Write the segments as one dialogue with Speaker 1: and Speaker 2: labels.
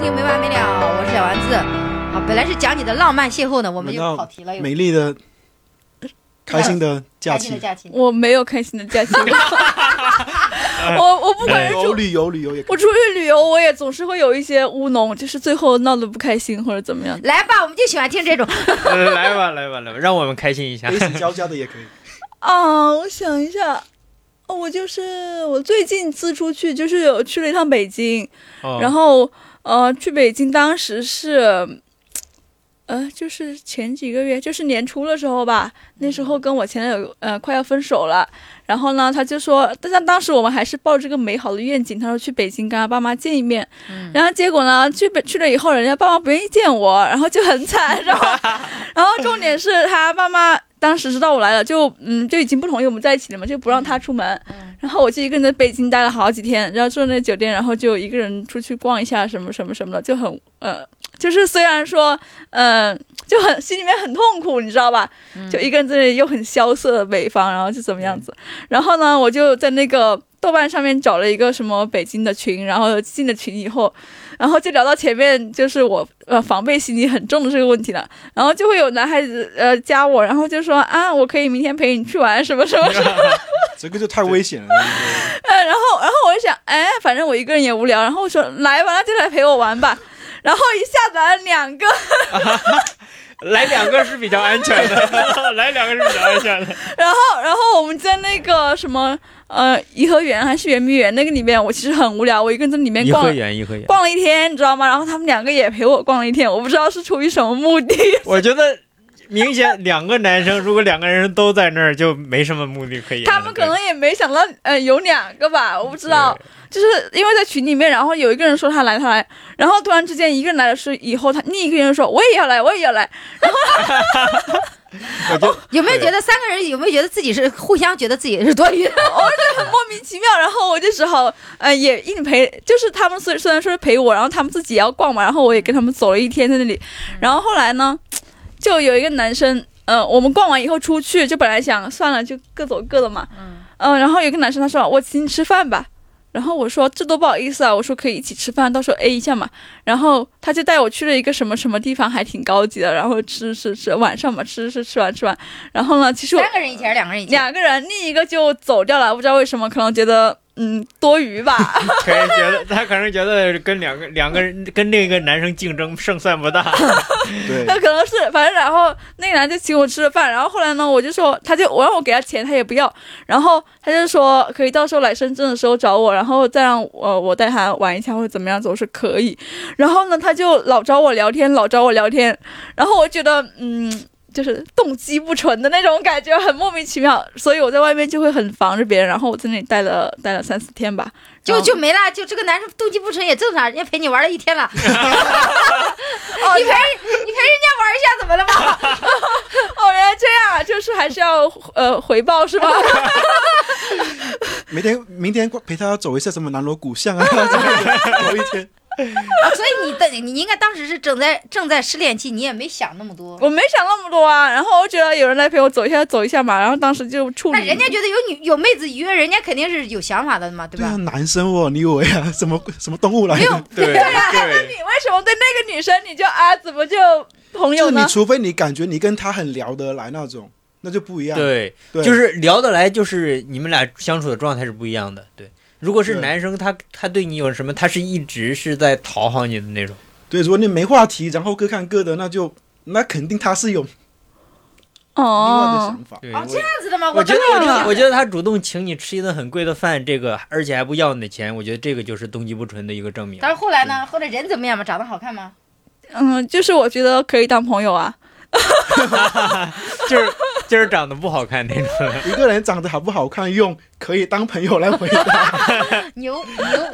Speaker 1: 听没完没了，我是小丸子。啊，本来是讲你的浪漫邂逅呢，我们就跑题了，又
Speaker 2: 美丽的、开心的假
Speaker 1: 开心的
Speaker 2: 期，
Speaker 1: 假期。
Speaker 3: 我没有开心的假期。我我
Speaker 4: 哎
Speaker 3: 不管是
Speaker 2: 有
Speaker 3: 出
Speaker 2: 旅游旅游也可以
Speaker 3: 我 出去旅游，我也总是会有一些乌龙，就是最后闹得不开心或者怎么样。
Speaker 1: 来吧，我们就喜欢听这种。
Speaker 4: 呃 来吧，来吧，来吧，让我们开心一下。
Speaker 2: 悲喜交加的也可以。
Speaker 3: 啊，我想一下，哦我就是我最近自出去，就是有去了一趟北京，
Speaker 4: 哦
Speaker 3: 然后呃，去北京当时是，呃，就是前几个月，就是年初的时候吧，那时候跟我前男友呃快要分手了，然后呢，他就说，但但当时我们还是抱着这个美好的愿景，他说去北京跟他爸妈见一面，然后结果呢，去北去了以后，人家爸妈不愿意见我，然后就很惨，然后然后重点是他爸妈。当时知道我来了，就嗯，就已经不同意我们在一起了嘛，就不让他出门。然后我就一个人在北京待了好几天，然后住那酒店，然后就一个人出去逛一下什么什么什么的，就很呃，就是虽然说嗯、呃就很心里面很痛苦，你知道吧？就一个人在那里又很萧瑟的北方，然后就怎么样子。然后呢，我就在那个豆瓣上面找了一个什么北京的群，然后进了群以后，然后就聊到前面就是我呃防备心理很重的这个问题了，然后就会有男孩子呃加我，然后就说啊，我可以明天陪你去玩什么什么什么。
Speaker 2: 这个就太 危险了，
Speaker 3: 嗯，然后然后我就想，哎，反正我一个人也无聊，然后我说来吧，那就来陪我玩吧。然后一下子来了两个，
Speaker 4: 来两个是比较安全的， 来两个是比较安 全的。
Speaker 3: 然后然后我们在那个什么呃颐和园还是圆明园那个里面，我其实很无聊，我一个人在里面
Speaker 4: 颐
Speaker 3: 逛
Speaker 4: 和园，颐和园，
Speaker 3: 逛了一天，你知道吗？然后他们两个也陪我逛了一天，我不知道是出于什么目的。
Speaker 4: 我觉得明显两个男生，如果两个人都在那儿，就没什么目的可言了。
Speaker 3: 他们可能也没想到，呃，有两个吧，我不知道，就是因为在群里面，然后有一个人说他来，他来，然后突然之间一个人来了是以后他，另一个人说我也要来，我也要来，
Speaker 4: 对，我就
Speaker 1: 有没有觉得三个人有没有觉得自己是互相觉得自己是多 余的？
Speaker 3: 莫名其妙，然后我就只好呃也硬陪，就是他们虽虽然说是陪我，然后他们自己也要逛嘛，然后我也跟他们走了一天在那里，然后后来呢，就有一个男生，呃，我们逛完以后出去，就本来想算了，就各走各的嘛，嗯、然后有一个男生他说我请你吃饭吧。然后我说这多不好意思啊，我说可以一起吃饭，到时候 A 一下嘛。然后他就带我去了一个什么什么地方，还挺高级的。然后吃吃吃，晚上嘛吃吃吃完吃完，然后呢，其实我
Speaker 1: 三个人一起还是两个人一起？
Speaker 3: 两个人，另一个就走掉了，不知道为什么，可能觉得嗯多余吧。
Speaker 4: 可能觉得 他可能觉得跟两个两个人跟那个男生竞争胜算不大。
Speaker 2: 对
Speaker 3: 那
Speaker 2: 对，
Speaker 3: 可能是，反正然后那个男就请我吃了饭，然后后来呢，我就说他就我让我给他钱，他也不要，然后他就说可以到时候来深圳的时候找我，然后再让我我带他玩一下或者怎么样子，我说可以。然后呢，他就老找我聊天，老找我聊天，然后我觉得嗯。就是动机不纯的那种感觉，很莫名其妙，所以我在外面就会很防着别人。然后我在那里待了待了三四天吧，
Speaker 1: 就
Speaker 3: 然后
Speaker 1: 就没了，就这个男生动机不纯也正常，人家陪你玩了一天了，你陪你陪人家玩一下怎么了嘛？
Speaker 3: 哦，原来这样啊，就是还是要呃回报 是吧？
Speaker 2: 明天明天陪他走一下什么南锣鼓 巷啊，之类的，头一天。
Speaker 1: 啊 所以你的你应该当时是正在正在失恋期，你也没想那么多。
Speaker 4: 哦
Speaker 3: 我没想那么多啊，然后我觉得有人来陪我走一下走一下嘛，然后当时就处
Speaker 1: 那
Speaker 3: 理。
Speaker 1: 人家觉得有女有妹子约，人家肯定是有想法的嘛，对
Speaker 2: 对啊，
Speaker 1: 吧？
Speaker 2: 男生哦，你以为啊，什么什么动物来
Speaker 1: 没有
Speaker 2: 的？
Speaker 4: 对
Speaker 3: 啊哎你
Speaker 4: 对，
Speaker 3: 为什么对那个女生你就啊怎么就朋
Speaker 2: 就
Speaker 3: 友
Speaker 2: 你
Speaker 3: 呢？
Speaker 2: 除非你感觉你跟他很聊得来那种，那就不一样。
Speaker 4: 对，
Speaker 2: 对，
Speaker 4: 就是聊得来，就是你们俩相处的状态是不一样的。对，如果是
Speaker 2: 对
Speaker 4: 男生，他他对你有什么，他是一直是在讨好你的那种。
Speaker 2: 对，如果你没话题，然后各看各的，那就那肯定他是有另外的
Speaker 3: 哦，
Speaker 2: 想法。
Speaker 4: 对，
Speaker 1: 哦，这样子的 吗？
Speaker 4: 我觉
Speaker 1: 真
Speaker 4: 得
Speaker 1: 的有
Speaker 4: 我觉
Speaker 1: 这
Speaker 4: 得
Speaker 1: 个
Speaker 4: 我觉得他主动请你吃一顿很贵的饭，这个而且还不要你的钱，我觉得这个就是动机不纯的一个证明。
Speaker 1: 但是后来呢？后来人怎么样嘛？长得好看吗？
Speaker 3: 嗯，就是我觉得可以当朋友啊。
Speaker 4: 就是就是长得不好看那种。
Speaker 2: 一个人长得好不好看，用可以当朋友来回答。
Speaker 1: 牛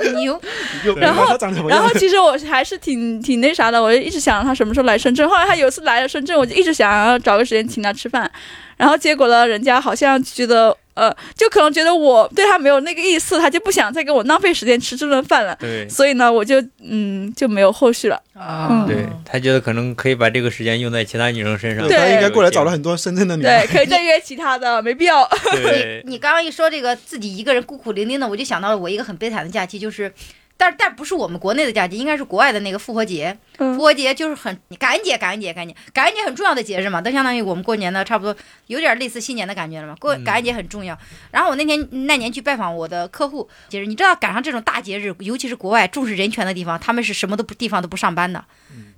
Speaker 1: 牛牛！
Speaker 2: 用
Speaker 3: 然后
Speaker 2: 他长得怎么
Speaker 3: 然
Speaker 2: 样
Speaker 3: 后？其实我还是挺挺那啥的，我就一直想让他什么时候来深圳。后来他有一次来了深圳，我就一直想要找个时间请他吃饭，然后结果呢，人家好像觉得呃，就可能觉得我对他没有那个意思，他就不想再跟我浪费时间吃这顿饭了。
Speaker 4: 对
Speaker 3: 所以呢，我就嗯就没有后续了。
Speaker 1: 啊
Speaker 4: 对，他觉得可能可以把这个时间用在其他女生身上。
Speaker 3: 对
Speaker 2: 他应该过来找了很多深
Speaker 4: 嗯
Speaker 2: 圳的女
Speaker 3: 对
Speaker 2: 孩，，
Speaker 3: 可以再约其他的，没必要。
Speaker 4: 对
Speaker 1: 你你刚刚一说这个自己一个人孤苦伶仃的，我就想到了我一个很悲惨的假期，就是但但不是我们国内的假期，应该是国外的那个复活节。
Speaker 3: 嗯
Speaker 1: 复活节就是很感恩节，感恩节，感恩节，感恩节很重要的节日嘛，都相当于我们过年的差不多，有点类似新年的感觉了嘛。过
Speaker 4: 嗯
Speaker 1: 感恩节很重要。然后我那天那年去拜访我的客户，节日，你知道赶上这种大节日，尤其是国外重视人权的地方，他们是什么都不地方都不上班的，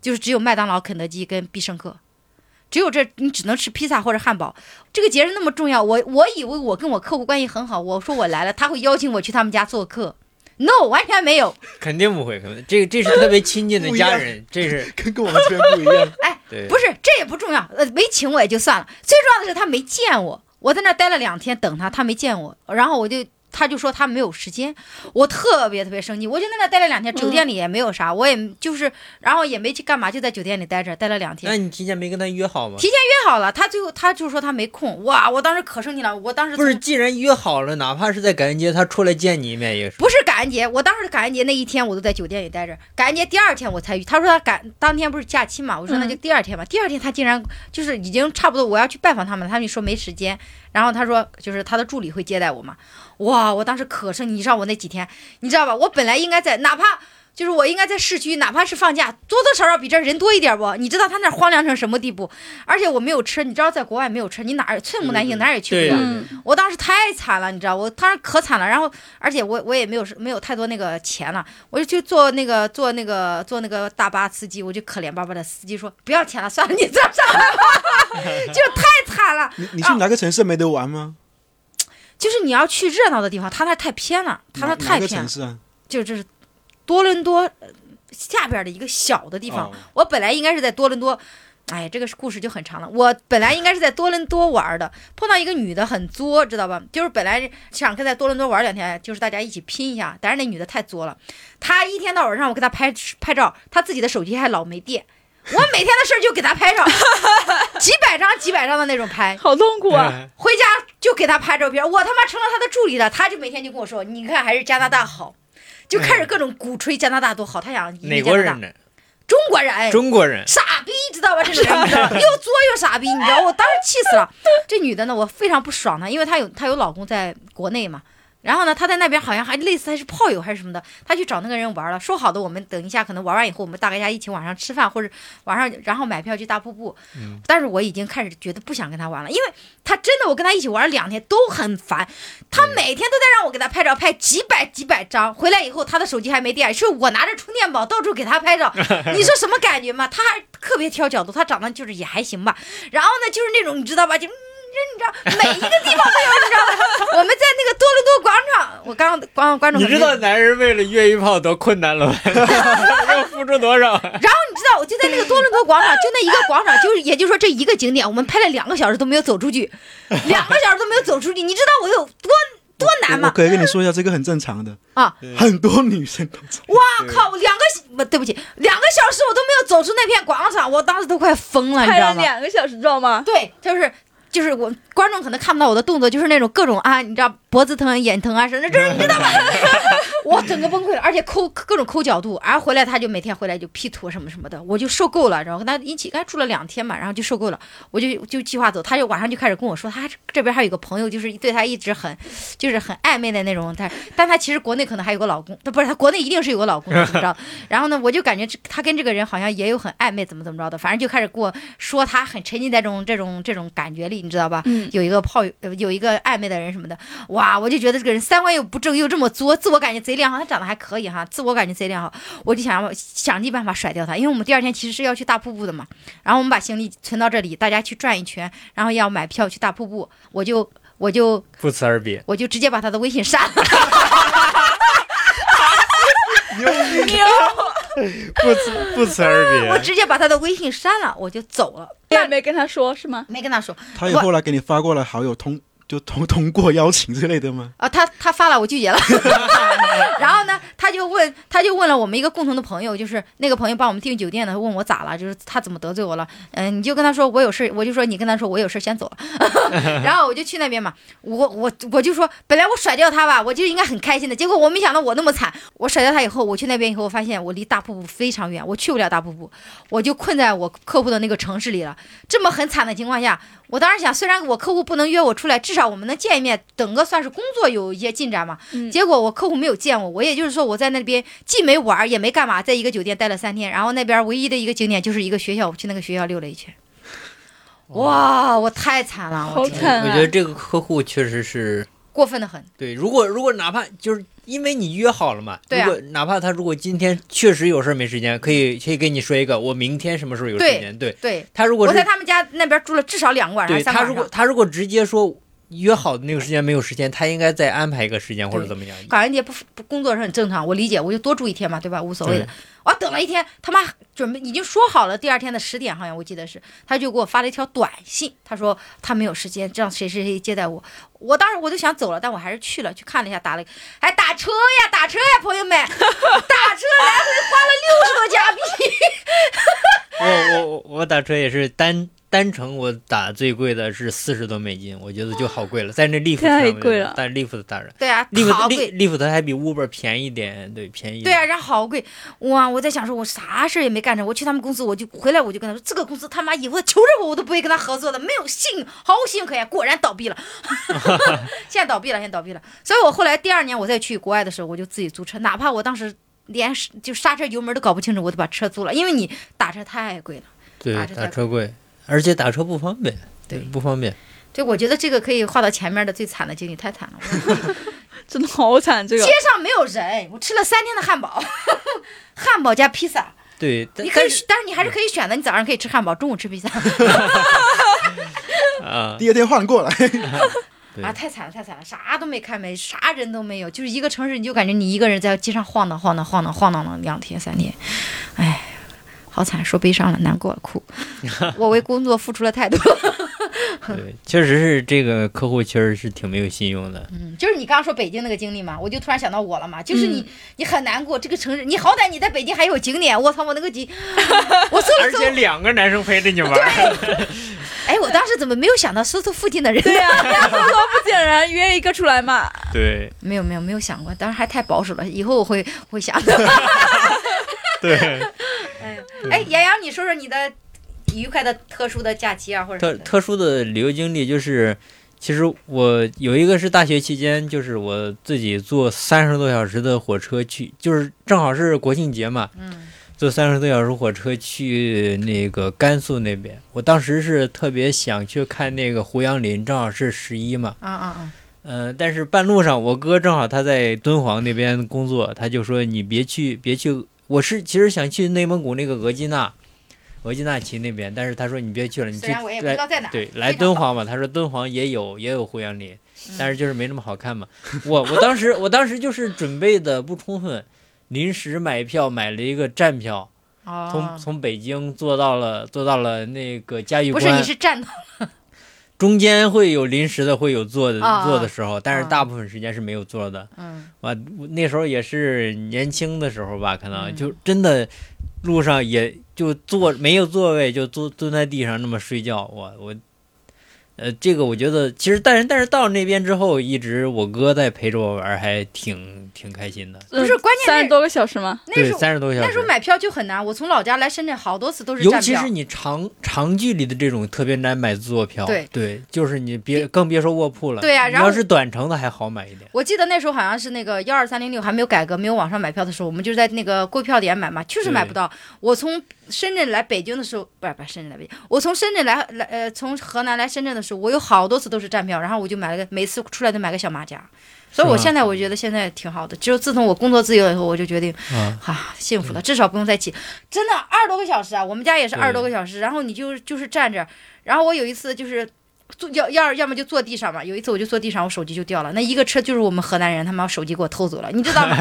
Speaker 1: 就是只有麦当劳、肯德基跟必胜客。只有这，你只能吃披萨或者汉堡。这个节日那么重要，我我以为我跟我客户关系很好，我说我来了，他会邀请我去他们家做客。No，完全没有，
Speaker 4: 肯定不会，肯定这个这是特别亲近的
Speaker 2: 不一样
Speaker 4: 家人，这是
Speaker 2: 跟跟我们这边不一样。
Speaker 4: 对，
Speaker 1: 不是，这也不重要。呃，没请我也就算了，最重要的是他没见我。我在那儿待了两天，等他，他没见我，然后我就。他就说他没有时间，我特别特别生气，我就在那儿待了两天，酒店里也没有啥，我也就是，然后也没去干嘛，就在酒店里待着，待了两天。
Speaker 4: 那你提前没跟他约好吗？
Speaker 1: 提约好了，他最后他就说他没空，哇，我当时可生气了，我当时
Speaker 4: 不是，
Speaker 1: 从
Speaker 4: 既然约好了，哪怕是在感恩节，他出来见你一面也是。
Speaker 1: 不是感恩节，我当时感恩节那一天我都在酒店里待着，感恩节第二天我才去，他说他感当天不是假期嘛，我说
Speaker 4: 嗯
Speaker 1: 那就第二天吧，第二天他竟然就是已经差不多我要去拜访他们了，他们说没时间，然后他说就是他的助理会接待我嘛，哇，我当时可生气，你知道我那几天，你知道吧，我本来应该在哪怕。就是我应该在市区，哪怕是放假，多多少少比这儿人多一点不？你知道他那儿荒凉成什么地步？而且我没有车，你知道在国外没有车，你哪儿寸步难行，哪儿也去不了
Speaker 4: 对。
Speaker 3: 嗯
Speaker 1: 我当时太惨了，你知道，我当时可惨了。然后，而且我我也没有没有太多那个钱了，我就去做那个做那个做那个大巴司机，我就可怜巴巴的。司机说不要钱了，算了，你再上来吧， 就太惨了。
Speaker 2: 你你去哪个城市没得玩吗？
Speaker 1: 就是你要去热闹的地方，他那太偏了，他
Speaker 2: 哪
Speaker 1: 那太
Speaker 2: 哪个
Speaker 1: 偏
Speaker 2: 城
Speaker 1: 了，
Speaker 2: 市啊？
Speaker 1: 就这是多伦多呃下边的一个小的地方。
Speaker 2: 哦
Speaker 1: 我本来应该是在多伦多，哎，这个故事就很长了。我本来应该是在多伦多玩的，碰到一个女的很作，知道吧？就是本来想跟在多伦多玩两天，就是大家一起拼一下，但是那女的太作了，她一天到晚让我给她拍拍照，她自己的手机还老没电。我每天的事儿就给她拍照，几百张几百张的那种拍，
Speaker 3: 好痛苦啊！
Speaker 4: 哎
Speaker 1: 回家就给他拍照片，我他妈成了他的助理了，他就每天就跟我说，你看还是加拿大好，就开始各种鼓吹加拿大多好，他想移
Speaker 4: 哪
Speaker 1: 民加
Speaker 4: 国
Speaker 1: 拿大
Speaker 4: 人，呢？
Speaker 1: 中国人，
Speaker 4: 中 国人。
Speaker 1: 傻逼，知道吧？这个人你知道 吧又作又傻逼，你知道，我当时气死了。这女的呢，我非常不爽她，因为她有她有老公在国内嘛。然后呢，她在那边好像还类似还是炮友还是什么的，她去找那个人玩了。说好的，我们等一下可能玩完以后，我们大概家一起晚上吃饭，或者晚上然后买票去大瀑布。
Speaker 4: 嗯
Speaker 1: 但是我已经开始觉得不想跟她玩了，因为她真的我跟她一起玩了两天都很
Speaker 4: 嗯
Speaker 1: 烦，她每天都在让我给她拍照，拍几百几百张。回来以后，她的手机还没电，是我拿着充电宝到处给她 拍照，你说什么感觉嘛？他还特别挑角度，他长得就是也还行吧。然后呢，就是那种你知道吧，就。嗯这你知道，每一个地方都有，你知 道吧？我们在那个多伦多广场，我刚刚观众
Speaker 4: 你
Speaker 1: 可能
Speaker 4: 知 道男人为了约一炮多困难 了吗？要付出多少？
Speaker 1: 然后你知道，我就在那个多伦多广场，就那一个广场，就是也就是说这一个景点，我们拍了两个小时都没有走出去，两个小时都没有走出去。你知道我有多多难
Speaker 2: 我
Speaker 1: 吗？
Speaker 2: 可以跟你说一下，这个很正常的
Speaker 1: 啊，
Speaker 2: 很多女生都这样
Speaker 1: 哇靠！我两个不对不起，两个小时我都没有走出那片广场，我当时都快疯
Speaker 4: 哎
Speaker 1: 哎了，你
Speaker 3: 拍
Speaker 1: 知道
Speaker 3: 了
Speaker 1: 吗？
Speaker 3: 两个小时照吗？
Speaker 1: 对，就是就是我观众可能看不到我的动作，就是那种各种啊，你知道脖子疼、眼疼啊什么的，就是你知道吗？我整个崩溃了，而且抠各种抠角度，然后回来他就每天回来就 P 图什么什么的，我就受够了，然后跟他一起刚住了两天嘛，然后就受够了，我就就计划走，他就晚上就开始跟我说，他这边还有个朋友，就是对他一直很就是很暧昧的那种，但但他其实国内可能还有个老公，他不是他国内一定是有个老公的，怎么着？然后呢，我就感觉这他跟这个人好像也有很暧昧，怎么怎么着的，反正就开始跟我说他很沉浸在这种这种这种感觉里，你知道吧？
Speaker 3: 嗯
Speaker 1: 有一个炮友呃有一个暧昧的人什么的，哇，我就觉得这个人三观又不正，又这么作，自我感觉贼良好，他长得还可以哈，自我感觉贼良好，我就想让我想尽办法甩掉他，因为我们第二天其实是要去大瀑布的嘛，然后我们把行李存到这里，大家去转一圈，然后要买票去大瀑布，我就我就
Speaker 4: 不辞而别。
Speaker 1: 我就直接把他的微信删了。
Speaker 4: 不辞不辞而
Speaker 1: 我
Speaker 4: 别。
Speaker 1: 直接把他的微信删了，我就走了，
Speaker 3: 你也没跟他说是吗？
Speaker 1: 没跟他说
Speaker 2: 他有后来给你发过来好友通就通通过邀请之类的吗？
Speaker 1: 啊，他他发了，我拒绝 了。然后呢，他就问，他就问了我们一个共同的朋友，就是那个朋友帮我们订酒店的，他问我咋了，就是他怎么得罪我了。嗯、你就跟他说我有事，我就说你跟他说我有事先走了。然后我就去那边嘛，我我我就说本来我甩掉他吧，我就应该很开心的，结果我没想到我那么惨。我甩掉他以后，我去那边以后，我发现我离大瀑布非常远，我去不了大瀑布，我就困在我客户的那个城市里了。这么很惨的情况下，我当时想，虽然我客户不能约我出来，至少我们能见一面，整个算是工作有一些进展嘛。
Speaker 3: 嗯
Speaker 1: 结果我客户没有见我，我也就是说我在那边既没玩儿也没干嘛，在一个酒店待了三天，然后那边唯一的一个景点就是一个学校，我去那个学校溜了一圈。哇，我太惨了，我
Speaker 3: 好
Speaker 1: 天，
Speaker 3: 惨
Speaker 4: 我
Speaker 3: 啊
Speaker 4: 觉！得这个客户确实是
Speaker 1: 过分的很。
Speaker 4: 对。如果如果哪怕就是因为你约好了嘛，
Speaker 1: 对啊
Speaker 4: 如果哪怕他如果今天确实有事儿没时间，可以可以跟你说一个，我明天什么时候有时
Speaker 1: 对
Speaker 4: 间。对
Speaker 1: 对，
Speaker 4: 他如果
Speaker 1: 我
Speaker 4: 是
Speaker 1: 在他们家那边住了至少两个晚上，
Speaker 4: 对
Speaker 1: 三
Speaker 4: 他
Speaker 1: 个
Speaker 4: 如
Speaker 1: 晚
Speaker 4: 果
Speaker 1: 上。
Speaker 4: 他如果直接说约好的那个时间没有时间，他应该再安排一个时间或者
Speaker 1: 对
Speaker 4: 怎么样。
Speaker 1: 感恩节不不工作是很正常，我理解，我就多住一天嘛，对吧？无所谓的
Speaker 4: 对。
Speaker 1: 我等了一天，他 妈准备已经说好了，第二天的十点好像我记得是，他就给我发了一条短信，他说他没有时间，让谁谁谁接待我。我当时我就想走了，但我还是去了，去看了一下，打了一个，还打车呀，打车呀，朋友们，打车来回花了六十多 加币。
Speaker 4: 我我我我打车也是单单程，我打最贵的是四十多美金，我觉得就好贵了，在那 Lyft
Speaker 3: 太
Speaker 4: 上面
Speaker 3: 贵了
Speaker 4: 但 Lyft 打人
Speaker 1: 对啊，好贵
Speaker 4: ，Lyft。Lyft 还比 Uber 便宜点，对，便宜。
Speaker 1: 对啊，，然后好贵哇！我在想说，我啥事儿也没干成，我去他们公司，我就回来我就跟他说，这个公司他妈以后求着我，我都不会跟他合作的，没有信，毫无信用可言。果然倒闭了， 现在倒闭了，现在倒闭了。所以我后来第二年我再去国外的时候，我就自己租车，哪怕我当时连是就刹车油门都搞不清楚，我都把车租了，因为你打车太贵了。
Speaker 4: 对
Speaker 1: 打车，太
Speaker 4: 打车贵，而且打车不方便，
Speaker 1: 对
Speaker 4: 不方便。
Speaker 1: 对，我觉得这个可以划到前面的最惨的经历，太惨了。我
Speaker 3: 真的好惨，
Speaker 4: 啊
Speaker 3: 这个
Speaker 1: 街上没有人，我吃了三天的汉堡， 汉堡加披萨。
Speaker 4: 对，但
Speaker 1: 你可以
Speaker 4: 但是，
Speaker 1: 但是你还是可以选的，你早上可以吃汉堡，中午吃披萨。
Speaker 4: 啊，
Speaker 2: 第二天换过来，
Speaker 4: 对
Speaker 1: 啊，太惨了，太惨了，啥都没开门，啥人都没有，就是一个城市，你就感觉你一个人在街上晃荡晃荡晃荡晃荡了两天三天，哎，好惨，说悲伤了，难过了， 哭。我为工作付出了 太多，
Speaker 4: 对，确实是这个客户确实是挺没有信用的。
Speaker 1: 嗯，就是你刚刚说北京那个经历嘛，我就突然想到我了嘛，就是
Speaker 4: 嗯
Speaker 1: 你，你很难过，这个城市，你好歹你在北京还有景点，我操，我那个 景，我搜一搜，
Speaker 4: 两个男生陪着你玩儿，
Speaker 1: 哎，我当时怎么没有想到搜搜附近的人？对呀、
Speaker 3: 不竟然约一个出来嘛，
Speaker 4: 对
Speaker 1: 没有没有没有想过，当时还太保守了，以后我会会想 的。
Speaker 4: 对。
Speaker 1: 哎，杨洋，你说说你的愉快的、特殊的假期啊，或者
Speaker 4: 特
Speaker 1: 什么的
Speaker 4: 特殊的旅游经历就是，其实我有一个是大学期间，就是我自己坐三十多小时的火车去，就是正好是国庆节嘛，
Speaker 1: 嗯，
Speaker 4: 坐三十多小时火车去那个甘肃那边。我当时是特别想去看那个胡杨林，正好是十一嘛，
Speaker 1: 啊啊啊，
Speaker 4: 嗯、但是半路上我哥正好他在敦煌那边工作，他就说你别去，别去。我是其实想去内蒙古那个额济纳，额济纳旗那边，但是他说你别去了，你
Speaker 1: 虽
Speaker 4: 去
Speaker 1: 然我也不
Speaker 4: 来
Speaker 1: 知道在哪儿，
Speaker 4: 对，
Speaker 1: 非
Speaker 4: 来
Speaker 1: 常
Speaker 4: 敦
Speaker 1: 棒，
Speaker 4: 煌嘛，他说敦煌也有也有胡杨林，但
Speaker 1: 是
Speaker 4: 是就是没那么好看嘛。我我当时我当时就是准备的不充分，临时买票买了一个站票，从
Speaker 1: 哦，
Speaker 4: 从北京坐到了坐到了那个嘉峪
Speaker 1: 不是
Speaker 4: 关
Speaker 1: 你，是站的，
Speaker 4: 中间会有临时的，会有坐的
Speaker 1: 啊
Speaker 4: 坐的时候，但是
Speaker 1: 啊
Speaker 4: 大部分时间是没有坐的。
Speaker 1: 嗯，
Speaker 4: 我我啊那时候也是年轻的时候吧，可能
Speaker 1: 嗯
Speaker 4: 就真的路上也就坐没有座位，就坐蹲在地上那么睡觉。我我，呃，这个我觉得其实，但是但是到那边之后，一直我哥在陪着我玩儿，还挺挺开心的。
Speaker 1: 不是关键是
Speaker 3: 嗯三十多个小时吗？
Speaker 1: 那
Speaker 4: 对
Speaker 1: 时，候
Speaker 4: 三十多个小
Speaker 1: 那时候
Speaker 4: 时。
Speaker 1: 买票就很难，我从老家来深圳好多次都是
Speaker 4: 尤
Speaker 1: 站
Speaker 4: 其
Speaker 1: 票
Speaker 4: 是，你长长距离的这种特别难买自坐票，
Speaker 1: 对
Speaker 4: 就是你别更别说卧铺了，
Speaker 1: 对呀
Speaker 4: 你
Speaker 1: 然后
Speaker 4: 要是短程的还好买一点，
Speaker 1: 我记得那时候好像是那个幺二三零六还没有改革，没有网上买票的时候，我们就是在那个购票点买嘛，确实买不到。我从深圳来北京的时候，不是不是深圳来北京，我从深圳来来呃从河南来深圳的时候，我有好多次都是站票，然后我就买了个，每次出来都买个小马甲。所以，我
Speaker 4: 是吗
Speaker 1: 现在我觉得现在挺好的。只有自从我工作自由以后，我就决定
Speaker 4: 啊，
Speaker 1: 啊，幸
Speaker 3: 嗯
Speaker 1: 福了，至少不用再起。真的，二十多个小时啊，我们家也是
Speaker 4: 对
Speaker 1: 二十多个小时。然后你就就是站着，然后我有一次就是坐要要要么就坐地上嘛，有一次我就坐地上，我手机就掉了。那一个车就是我们河南人，他妈手机给我偷走了，你知道 吗？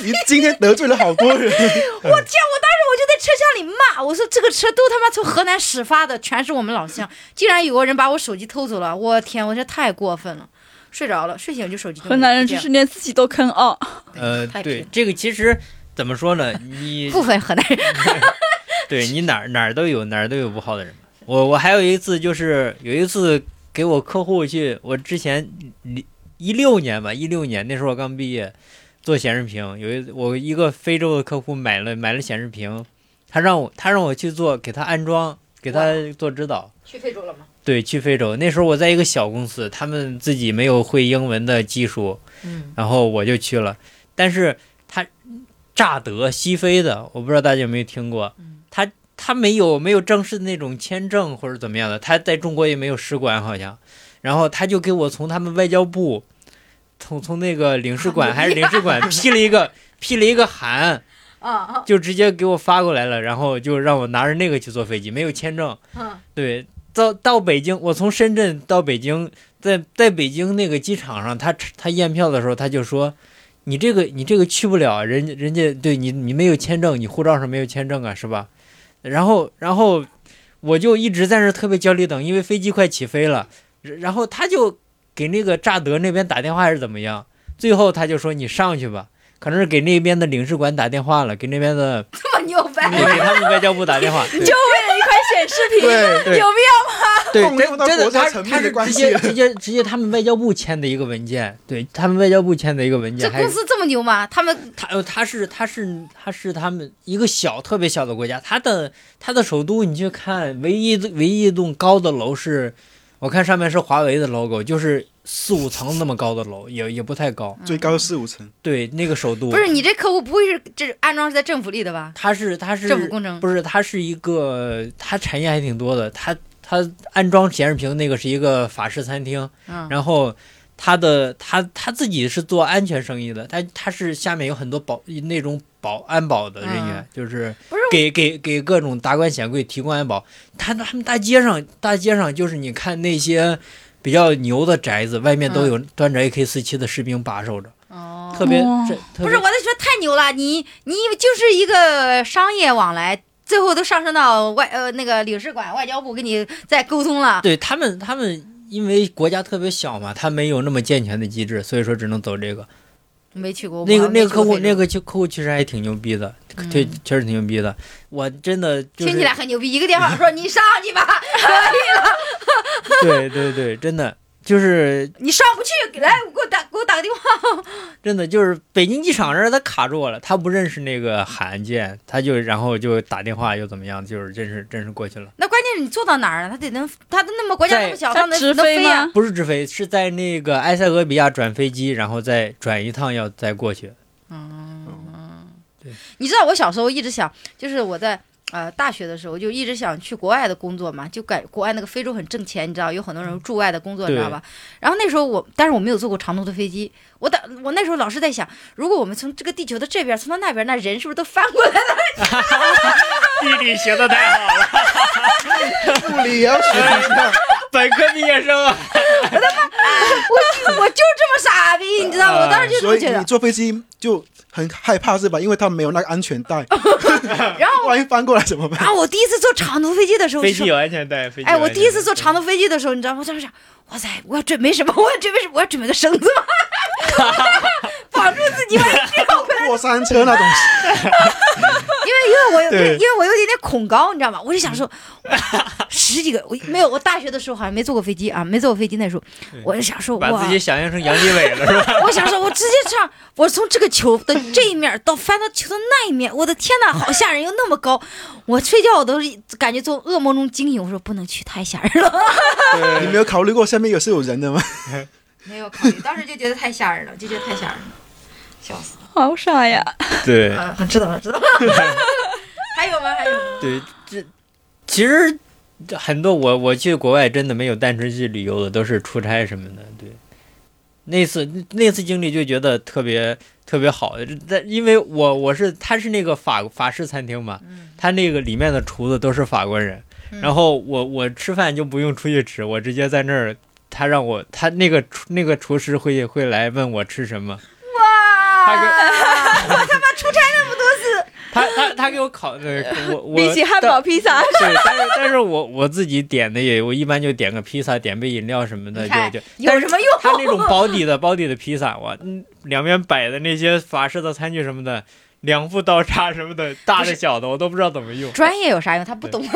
Speaker 2: 你今天得罪了好多
Speaker 1: 我天！
Speaker 2: 人。
Speaker 1: 我当时我就在车厢里骂，我说这个车都他妈从河南始发的，全是我们老乡，竟然有个人把我手机偷走了，我天！我这太过分了。睡着了，睡醒就手
Speaker 4: 嗯
Speaker 1: 机就没了。
Speaker 3: 河南人
Speaker 1: 这
Speaker 3: 就
Speaker 1: 样
Speaker 3: 是连自己都坑哦，
Speaker 4: 呃，
Speaker 1: 太
Speaker 4: 对
Speaker 1: 偏，
Speaker 4: 这个其实怎么说呢，你
Speaker 1: 部分河南人，
Speaker 4: 对你哪儿哪儿都有哪儿都有不好的人嘛。我我还有一次就是有一次给我客户去，我之前一六年吧，一六年那时候我刚毕业，做显示屏，有一我一个非洲的客户买了买了显示屏，他让我他让我去做给他安装。给他做指导。
Speaker 1: 去非洲了吗？
Speaker 4: 对，去非洲那时候我在一个小公司，他们自己没有会英文的技术，
Speaker 1: 嗯，
Speaker 4: 然后我就去了。但是他乍得西非的，我不知道大家有没有听过
Speaker 1: 嗯，
Speaker 4: 他他没有没有正式的那种签证或者怎么样的，他在中国也没有使馆好像。然后他就给我从他们外交部，从从那个领 事
Speaker 1: 哎
Speaker 4: 馆还是领事馆 批了一个批了一个函，
Speaker 1: 啊
Speaker 4: 就直接给我发过来了，然后就让我拿着那个去坐飞机，没有签证。
Speaker 1: 啊
Speaker 4: 对，到到北京，我从深圳到北京，在在北京那个机场上，他他验票的时候，他就说，你这个你这个去不了，人家人家对你你没有签证，你护照上没有签证啊，是吧？然后然后我就一直在那儿特别焦虑等，因为飞机快起飞了，然然后他就给那个乍得那边打电话还是怎么样，最后他就说你上去吧。可能是给那边的领事馆打电话了，给那边 的，
Speaker 1: 这么牛掰
Speaker 4: 给他们外交部打电话，
Speaker 3: 就为了一块显示屏，
Speaker 2: 对
Speaker 3: 有必
Speaker 2: 对对，
Speaker 3: 要？
Speaker 4: 共
Speaker 2: 真
Speaker 4: 用到
Speaker 2: 真
Speaker 4: 国
Speaker 2: 的
Speaker 4: 家
Speaker 2: 他
Speaker 4: 层
Speaker 2: 他
Speaker 4: 面
Speaker 2: 是
Speaker 4: 的
Speaker 2: 关
Speaker 4: 关系
Speaker 2: 系
Speaker 4: 真的，他是直接直接直接他们外交部签的一个文件，对他们外交部签的一个文
Speaker 1: 这
Speaker 4: 件，还
Speaker 1: 公司这么牛吗？他们
Speaker 4: 他呃他是他是他是他们一个小特别小的国家，他的他的首都你去看，唯一唯一一栋高的楼是，我看上面是华为的 logo，就是四五层那么高的楼，也也不太高，
Speaker 2: 最高四五层，
Speaker 4: 对那个首都
Speaker 1: 不是你这客户不会是这安装是在政府里的吧？
Speaker 4: 它是它是
Speaker 1: 政府工程
Speaker 4: 不是它是一个它产业还挺多的，它它安装显示屏那个是一个法式餐厅。
Speaker 1: 嗯
Speaker 4: 然后他的他他自己是做安全生意的，他他是下面有很多保那种保安保的人员，
Speaker 1: 嗯
Speaker 4: 就是
Speaker 1: 不是
Speaker 4: 给给给各种达官显贵提供安保。他他们大街上大街上就是你看那些比较牛的宅子，外面都有端着 AK 四七的士兵把守着，
Speaker 1: 嗯哦
Speaker 4: 特别
Speaker 3: 哇
Speaker 4: 这特
Speaker 1: 不是
Speaker 4: 别
Speaker 1: 我在说太牛了，你你就是一个商业往来，最后都上升到外呃那个领事馆、外交部跟你在沟通了。
Speaker 4: 对他们他们。因为国家特别小嘛，他没有那么健全的机制，所以说只能走这个。
Speaker 1: 没去过我
Speaker 4: 那个
Speaker 1: 还没
Speaker 4: 那
Speaker 1: 去
Speaker 4: 个客
Speaker 1: 过
Speaker 4: 户，
Speaker 1: 非洲
Speaker 4: 那个客户其实还挺牛逼的，
Speaker 1: 嗯
Speaker 4: 确确实挺牛逼的。我真的就是
Speaker 1: 听起来很牛逼，一个电话说你上去吧，
Speaker 4: 对对对，真的就是
Speaker 1: 你上不去，来给我打给我打个电话。
Speaker 4: 真的就是北京机场这儿他卡住我了，他不认识那个函件，他就然后就打电话又怎么样，就是真是真是过去了，
Speaker 1: 那关键是你坐到哪儿啊？他得能，他那么国家
Speaker 4: 在
Speaker 1: 那么小，
Speaker 3: 他
Speaker 1: 他能
Speaker 3: 直
Speaker 1: 能
Speaker 3: 飞
Speaker 1: 飞呀
Speaker 3: 吗？？
Speaker 4: 不是直飞，是在那个埃塞俄比亚转飞机，然后再转一趟要再过去。
Speaker 1: 嗯
Speaker 4: 对，
Speaker 1: 你知道我小时候一直想，就是我在呃大学的时候就一直想去国外的工作嘛，就感国外那个非洲很挣钱，你知道有很多
Speaker 4: 嗯
Speaker 1: 人驻外的工作，你知道吧？然后那时候我，但是我没有坐过长途的飞机，我打我那时候老是在想，如果我们从这个地球的这边送到那边，那人是不是都翻过来了？
Speaker 4: 地理学的太好了，
Speaker 2: 物理也要学一下。
Speaker 4: 本科毕业生啊，
Speaker 1: 我就我就这么傻逼，你知道吗？我当时就这
Speaker 2: 所
Speaker 1: 么
Speaker 2: 以
Speaker 1: 觉得
Speaker 4: 啊
Speaker 2: 你。坐飞机就很害怕是吧？因为它没有那个安全 带，
Speaker 1: 然后
Speaker 2: 万一翻过来怎么办？
Speaker 1: 然后啊我第一次坐长途飞机的时候，
Speaker 4: 飞
Speaker 1: 就
Speaker 4: 机
Speaker 1: 说
Speaker 4: 有安全带，飞机
Speaker 1: 哎，
Speaker 4: 有
Speaker 1: 我
Speaker 4: 安
Speaker 1: 第一
Speaker 4: 全
Speaker 1: 次
Speaker 4: 带
Speaker 1: 坐长途飞机的时候，你知道吗？我当时想，哇塞，我要准备什么？我要准备什么？我要准备个绳子吗？ 绑住自己吗？
Speaker 2: 过山车那种，
Speaker 1: 因为我有，
Speaker 4: 对
Speaker 1: 因为我有点点恐高，你知道吗？我就想说，哇十几个，我没有，我大学的时候好像没坐过飞机啊，没坐过飞机那时候，我就想说，
Speaker 4: 把
Speaker 1: 哇
Speaker 4: 自，己想象成杨利伟了是吧？
Speaker 1: 我想说，我直接这样，我从这个球的这一面到翻到球的那一面，我的天呐，好吓人，又那么高， 我睡觉我都是感觉从噩梦中惊醒，我说不能去，太吓人了。
Speaker 2: 你没有考虑过下面有是有人的吗？
Speaker 1: 没有考虑，当时就觉得太吓人了，就觉得太吓人 了，笑死了。
Speaker 3: 好傻呀！
Speaker 4: 对
Speaker 1: 啊，知道了，知道了。还有吗？还有吗？
Speaker 4: 对，这其实这很多我我去国外真的没有单纯去旅游的，都是出差什么的。对，那次那次经历就觉得特别特别好，但因为我我是他是那个法法式餐厅嘛，
Speaker 3: 嗯
Speaker 4: 他那个里面的厨子都是法国人，然后我我吃饭就不用出去吃，我直接在那儿。他让我，他那个厨那个厨师会会来问我吃什么，他给
Speaker 1: 哇！
Speaker 4: 他他他给我烤的， 我我
Speaker 3: 比起汉堡、披萨，
Speaker 4: 对，但是但是我我自己点的也，我一般就点个披萨，点杯饮料什么的，
Speaker 1: 你看
Speaker 4: 就就
Speaker 1: 有什么用？
Speaker 4: 他那种包底的包底的披萨，哇，嗯，两边摆的那些法式的餐具什么的，两副刀叉什么的，大的小的我都不知道怎么用。
Speaker 1: 专业有啥用？他不懂，
Speaker 4: 对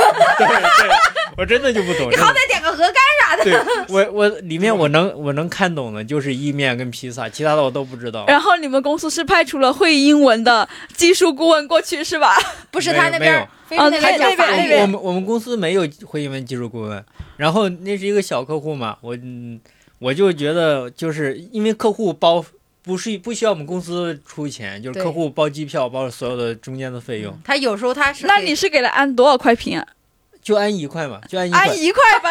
Speaker 4: 对，我真的就不懂。
Speaker 1: 你
Speaker 4: 真
Speaker 1: 好
Speaker 4: 的
Speaker 1: 歹嗯点个鹅肝。
Speaker 4: 对我我里面我能我能看懂的就是意面跟披萨，其他的我都不知道。
Speaker 3: 然后你们公司是派出了会英文的技术顾问过去是吧？
Speaker 1: 不是
Speaker 4: 没有
Speaker 1: 他那边
Speaker 4: 没有啊
Speaker 1: 儿，非洲那
Speaker 3: 哦
Speaker 1: 边讲
Speaker 3: 那
Speaker 1: 法
Speaker 3: 边那
Speaker 1: 语
Speaker 3: 边
Speaker 4: 我，们我们公司没有会英文技术顾问，嗯然后那是一个小客户嘛，我嗯我就觉得就是因为客户包不是不需要我们公司出钱，就是
Speaker 1: 对
Speaker 4: 客户包机票包所有的中间的费用，
Speaker 1: 他有时候他是
Speaker 3: 那
Speaker 1: 给
Speaker 3: 你是给了安多少块屏啊？
Speaker 4: 就按一块嘛，就按一块。
Speaker 1: 哎
Speaker 3: 安一块吧。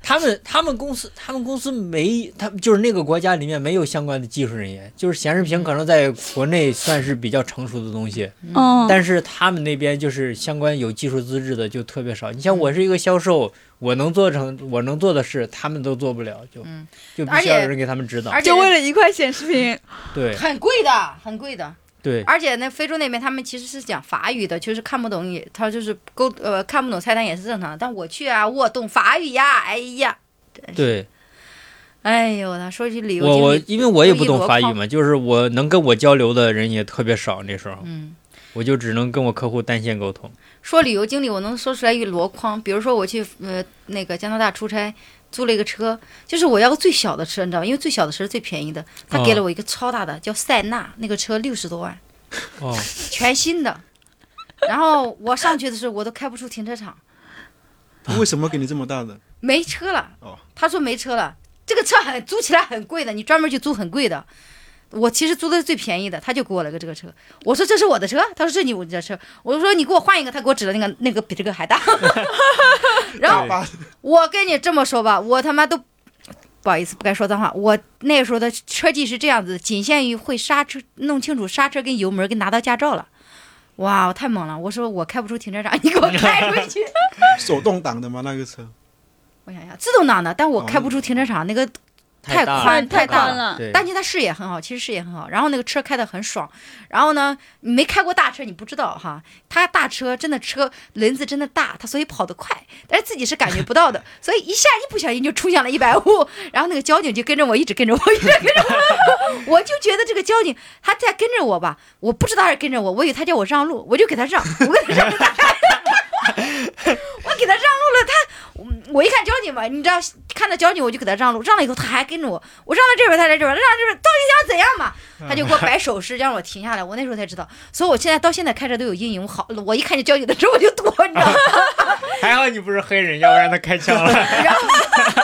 Speaker 4: 他们他们公司他们公司没他们就是那个国家里面没有相关的技术人员，就是显示屏可能在国内算是比较成熟的东西，
Speaker 3: 嗯，
Speaker 4: 但是他们那边就是相关有技术资质的就特别少。你像我是一个销售，我能做成我能做的事，他们都做不了，就、
Speaker 1: 嗯
Speaker 4: 就必须要有人给他们指导。
Speaker 1: 而且
Speaker 3: 就为了一块显示屏，
Speaker 4: 对
Speaker 1: 很贵的，很贵的。
Speaker 4: 对，
Speaker 1: 而且那非洲那边他们其实是讲法语的，就是看不懂也，他就是沟呃看不懂菜单也是正常的。但我去啊，我懂法语呀，哎呀，
Speaker 4: 对
Speaker 1: 哎呦，他说起旅游
Speaker 4: 我
Speaker 1: 经
Speaker 4: 我
Speaker 1: 历，
Speaker 4: 因为我也
Speaker 1: 就
Speaker 4: 不
Speaker 1: 一箩
Speaker 4: 懂法语
Speaker 1: 筐
Speaker 4: 嘛，就是我能跟我交流的人也特别少，那时候
Speaker 1: 嗯，
Speaker 4: 我就只能跟我客户单线 沟通。
Speaker 1: 说旅游经历，我能说出来一箩筐。比如说我去呃那个加拿大出差，租了一个车，就是我要个最小的车，你知道吗？因为最小的车是最便宜的，
Speaker 4: 啊
Speaker 1: 他给了我一个超大的，叫塞纳，那个车六十多万，
Speaker 4: 哦，
Speaker 1: 全新的。然后我上去的时候，我都开不出停车场。
Speaker 2: 为什么给你这么大的？
Speaker 1: 没车了。
Speaker 2: 哦
Speaker 1: 他说没车了，这个车很租起来很贵的，你专门去租很贵的。我其实租的是最便宜的，他就给我了个这个车。我说这是我的车，他说这你我的车。我说你给我换一个，他给我指了那个那个比这个还大。 然后
Speaker 2: 吧，
Speaker 1: 我跟你这么说吧，我他妈都不好意思，不该说脏话。我那时候的车技是这样子，仅限于会刹车，弄清楚刹车跟油门，跟拿到驾照了。哇，我太猛了！我说我开不出停车场，你给我开回去。
Speaker 2: 手动挡的吗？那个车？
Speaker 1: 我想想，自动挡的，但我开不出停车场，那个太
Speaker 4: 大
Speaker 1: 宽太
Speaker 4: 太
Speaker 1: 大
Speaker 3: 了
Speaker 4: 对，
Speaker 1: 但是它视野很好，其实视野很好。然后那个车开得很爽，然后呢，你没开过大车，你不知道哈。它大车真的车轮子真的大，它所以跑得快，但是自己是感觉不到的，所以一下一不小心就冲向了一百五。然后那个交警就跟着我，一直跟着我，一直 跟着我，我就觉得这个交警他在跟着我吧，我不知道他是跟着我，我以为他叫我让路，我就给他让，我给他让路， 他我给他让路了，他。我一看交警嘛，你知道，看到交警我就给他让路，让了以后他还跟着我，我让到这边，他在这边，让到这边，到底想怎样嘛？他就给我摆手势，让我停下来。我那时候才知道，所以我现在到现在开车都有阴影。我好，我一看见交警的时候我就躲，你知道吗？
Speaker 4: 还好你不是黑人，要不然他开枪 了。
Speaker 1: 然后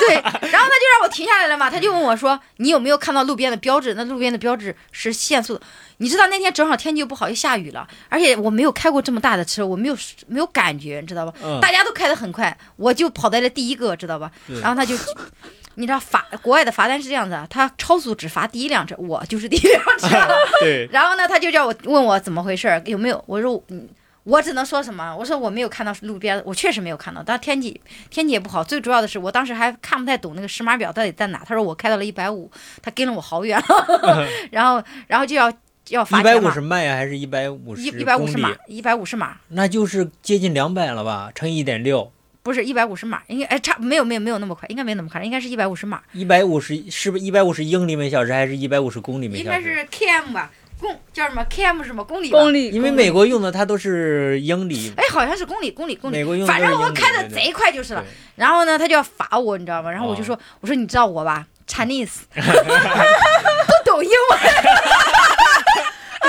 Speaker 1: 对，然后他就让我停下来了嘛，他就问我说：“你有没有看到路边的标志？那路边的标志是限速的。”你知道那天正好天气又不好，又下雨了，而且我没有开过这么大的车，我没有没有感觉，你知道吧？
Speaker 4: 嗯
Speaker 1: 大家都开得很快，我就跑在了第一个，知道吧？然后他就。 你知道罚国外的罚单是这样子啊，他超速只罚第一辆车，我就是第一辆车。
Speaker 4: 对，
Speaker 1: 然后呢，他就叫我问我怎么回事儿，有没有？我说嗯，我只能说什么？我说我没有看到路边，我确实没有看到，但天气天气也不好，最主要的是我当时还看不太懂那个时码表到底在哪。他说我开到了一百五，他跟了我好远， 然后然后就要要罚
Speaker 4: 一百
Speaker 1: 钱
Speaker 4: 五
Speaker 1: 嘛
Speaker 4: 十，迈啊呀，还是一百五十？
Speaker 1: 一一百五十码，，一百五十码。
Speaker 4: 那就是接近两百了吧，乘以一点六。
Speaker 1: 不是一百五十码，应该哎差没有没有没有那么快，应该没有那么快，应该是一百五十码，
Speaker 4: 一百五十是不是一百五十英里每小时还是一百五十公里每
Speaker 1: 应
Speaker 4: 小
Speaker 1: 该
Speaker 4: 时？
Speaker 1: 是 km 吧，公叫什么 km 什么公里吧？
Speaker 3: 公里。
Speaker 4: 因为
Speaker 3: 公里
Speaker 4: 美国用的它都是 英里，
Speaker 1: 哎，好像是公里公里公里
Speaker 4: 美国用，的
Speaker 1: 反
Speaker 4: 都是英里
Speaker 1: 正我开的贼快就是了。然后呢，他就要罚我，你知道吗？然后我就
Speaker 4: 啊
Speaker 1: 说，我说你知道我 吧，Chinese，不懂英文，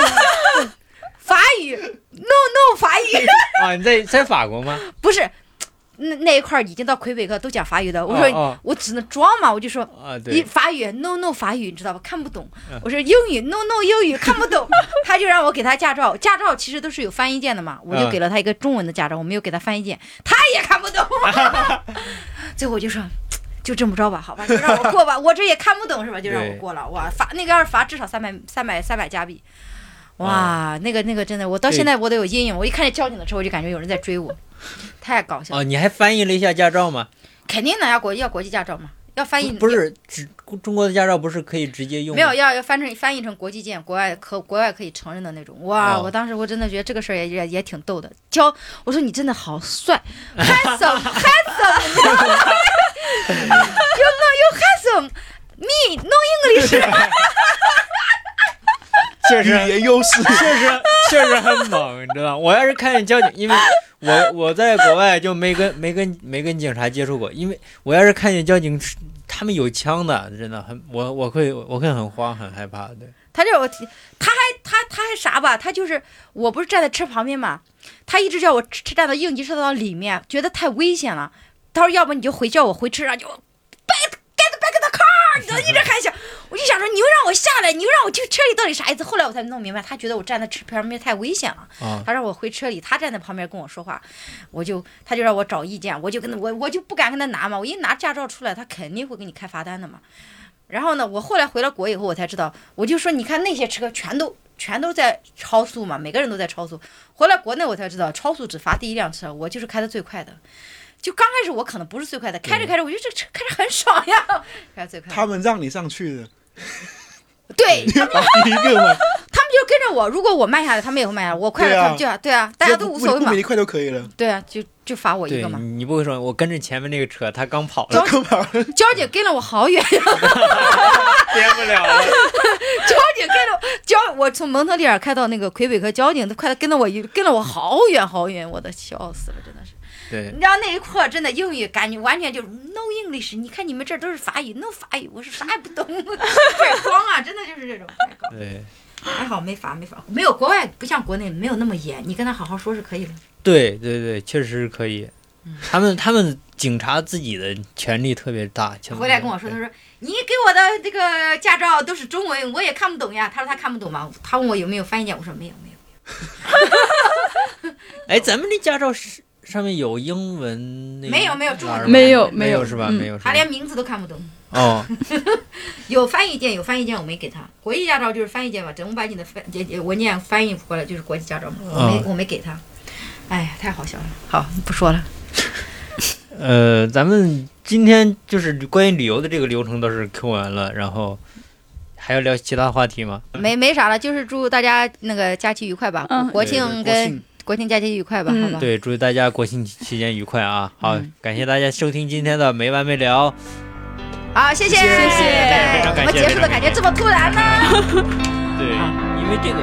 Speaker 1: 法语，no no 法语，
Speaker 4: 啊！你在在法国吗？
Speaker 1: 不是，那那一块儿已经到魁北克都讲法语的，我说、
Speaker 4: 哦
Speaker 1: 我只能装嘛，我就说。
Speaker 4: 啊，
Speaker 1: 一
Speaker 4: 对，
Speaker 1: 法语 no no 法语你知道吧？看不懂
Speaker 4: 嗯。
Speaker 1: 我说英语 no no 英 语看不懂，他就让我给他驾照。驾照其实都是有翻译件的嘛，我就
Speaker 4: 嗯
Speaker 1: 给了他一个中文的驾照，我没有给他翻译件，他也看不懂。 最后我就说。就这么着吧，好吧，就让我过 吧，我这也看不懂是吧？就让我
Speaker 4: 对
Speaker 1: 过了。哇，罚那个要是罚至少三百三百三百加币，哇，那个那个真的，我到
Speaker 4: 啊对
Speaker 1: 现在我都有阴影。我一看见交警的车，我就感觉有人在追我，太搞笑了。
Speaker 4: 哦，你还翻译了一下驾照吗？
Speaker 1: 肯定的，要国要国际驾照嘛，要翻译
Speaker 4: 不不是，只中国的驾照不是可以直接用
Speaker 1: 没有
Speaker 4: 吗？
Speaker 1: 要要翻成翻译成国际间，国外可国外可以承认的那种。哇！
Speaker 4: 哦
Speaker 1: 我当时我真的觉得这个事儿也也也挺逗的。教我说你真的好帅，handsome handsome，you know you handsome，me no English，
Speaker 4: 确
Speaker 2: 语
Speaker 4: 实
Speaker 2: 言优势，
Speaker 4: 确 实确实很猛，你知道？我要是看见交警，因为我我在国外就没跟没跟没跟警察接触过，因为我要是看见交警，他们有枪的，真的很我我会我会很慌很害怕，对，
Speaker 1: 他这我，他还他他还啥吧？他就是我不是站在车旁边嘛，他一直叫我吃吃站到应急车道里面，觉得太危险了。他说要不你就回叫我回车上就 get back in the car，你知道一直喊响。我就想说你又让我下来，你又让我去车里到底啥意思？后来我才弄明白，他觉得我站在车旁边太危险了。
Speaker 4: 啊，
Speaker 1: 他让我回车里，他站在旁边跟我说话，我就他就让我找意见，我就跟他我我就不敢跟他拿嘛，我一拿驾照出来，他肯定会给你开罚单的嘛。然后呢，我后来回了国以后，我才知道，我就说你看那些车全都全都在超速嘛，每个人都在超速。回来国内我才知道，超速只罚第一辆车，我就是开的最快的。就刚开始我可能不是最快的，开着开着我觉得这车开着很爽呀，开着最快的。
Speaker 2: 他们让你上去的，
Speaker 1: 对
Speaker 2: 你把你一个嘛，
Speaker 1: 他们就跟着我，如果我慢下来，他们也会慢下来；我快了，
Speaker 2: 对啊
Speaker 1: 他们就对啊， 大家都无所谓
Speaker 2: 不
Speaker 1: 嘛
Speaker 2: 比。你快就可以了。
Speaker 1: 对啊，就就罚我一
Speaker 4: 对
Speaker 1: 个嘛。
Speaker 4: 你不会说我跟着前面那个车，他刚跑
Speaker 1: 走
Speaker 4: 了，
Speaker 2: 干嘛？
Speaker 1: 娇姐跟了我好远 呀！
Speaker 4: 颠不了了，
Speaker 1: 交警跟着交，我从蒙特利尔开到那个魁北克，交警都快跟着我一跟了我好远好远，我的笑死了，真的是。
Speaker 4: 对
Speaker 1: 你。知道那一刻真的英语感觉完全就是 no English，你看你们这儿都是法语，no 法语，我是啥也不懂， 快光啊，真的就是这种。
Speaker 4: 对
Speaker 1: 还好没罚没罚，没有国外不像国内没有那么严，你跟他好好说是可以的。
Speaker 4: 对对对，确实是可以。
Speaker 1: 嗯
Speaker 4: 他们他们警察自己的权力特别大，像
Speaker 1: 回来跟我说，他说你给我的这个驾照都是中文，我也看不懂呀。他说他看不懂嘛，他问我有没有翻译件，我说没有没有。
Speaker 4: 哎，咱们这驾照是上面有英文那个
Speaker 1: 没有没有中文
Speaker 4: 栏吗
Speaker 3: 没有
Speaker 4: 没
Speaker 3: 没有
Speaker 4: 是吧？
Speaker 3: 嗯
Speaker 4: 没有是吧
Speaker 1: 他连名字都看不懂。
Speaker 4: 哦，
Speaker 1: 有翻译件，有翻译件，我没给他。国际驾照就是翻译件嘛，整我把你的翻也也文件翻译过来就是国际驾照嘛，我没、
Speaker 4: 嗯
Speaker 1: 我没给他。哎呀，太好笑了。好，不说了。
Speaker 4: 呃，咱们今天就是关于旅游的这个流程都是 Q 完了，然后还要聊其他话题吗？
Speaker 1: 没没啥了，就是祝大家那个假期愉快吧，
Speaker 3: 嗯
Speaker 1: 国
Speaker 4: 对
Speaker 1: 庆
Speaker 2: 对国
Speaker 1: 跟
Speaker 2: 庆
Speaker 1: 假期愉快吧，
Speaker 3: 嗯
Speaker 1: 好吧。
Speaker 4: 对，祝大家国庆期间愉快啊！好，
Speaker 1: 嗯
Speaker 4: 感谢大家收听今天的没完没了。
Speaker 1: 好，谢谢，
Speaker 3: 谢谢
Speaker 4: 非常
Speaker 1: 怎
Speaker 4: 感
Speaker 1: 么
Speaker 4: 谢
Speaker 1: 结束的
Speaker 4: 非
Speaker 1: 感
Speaker 4: 常感谢
Speaker 1: 觉这么突然呢？
Speaker 4: 对，因为这个。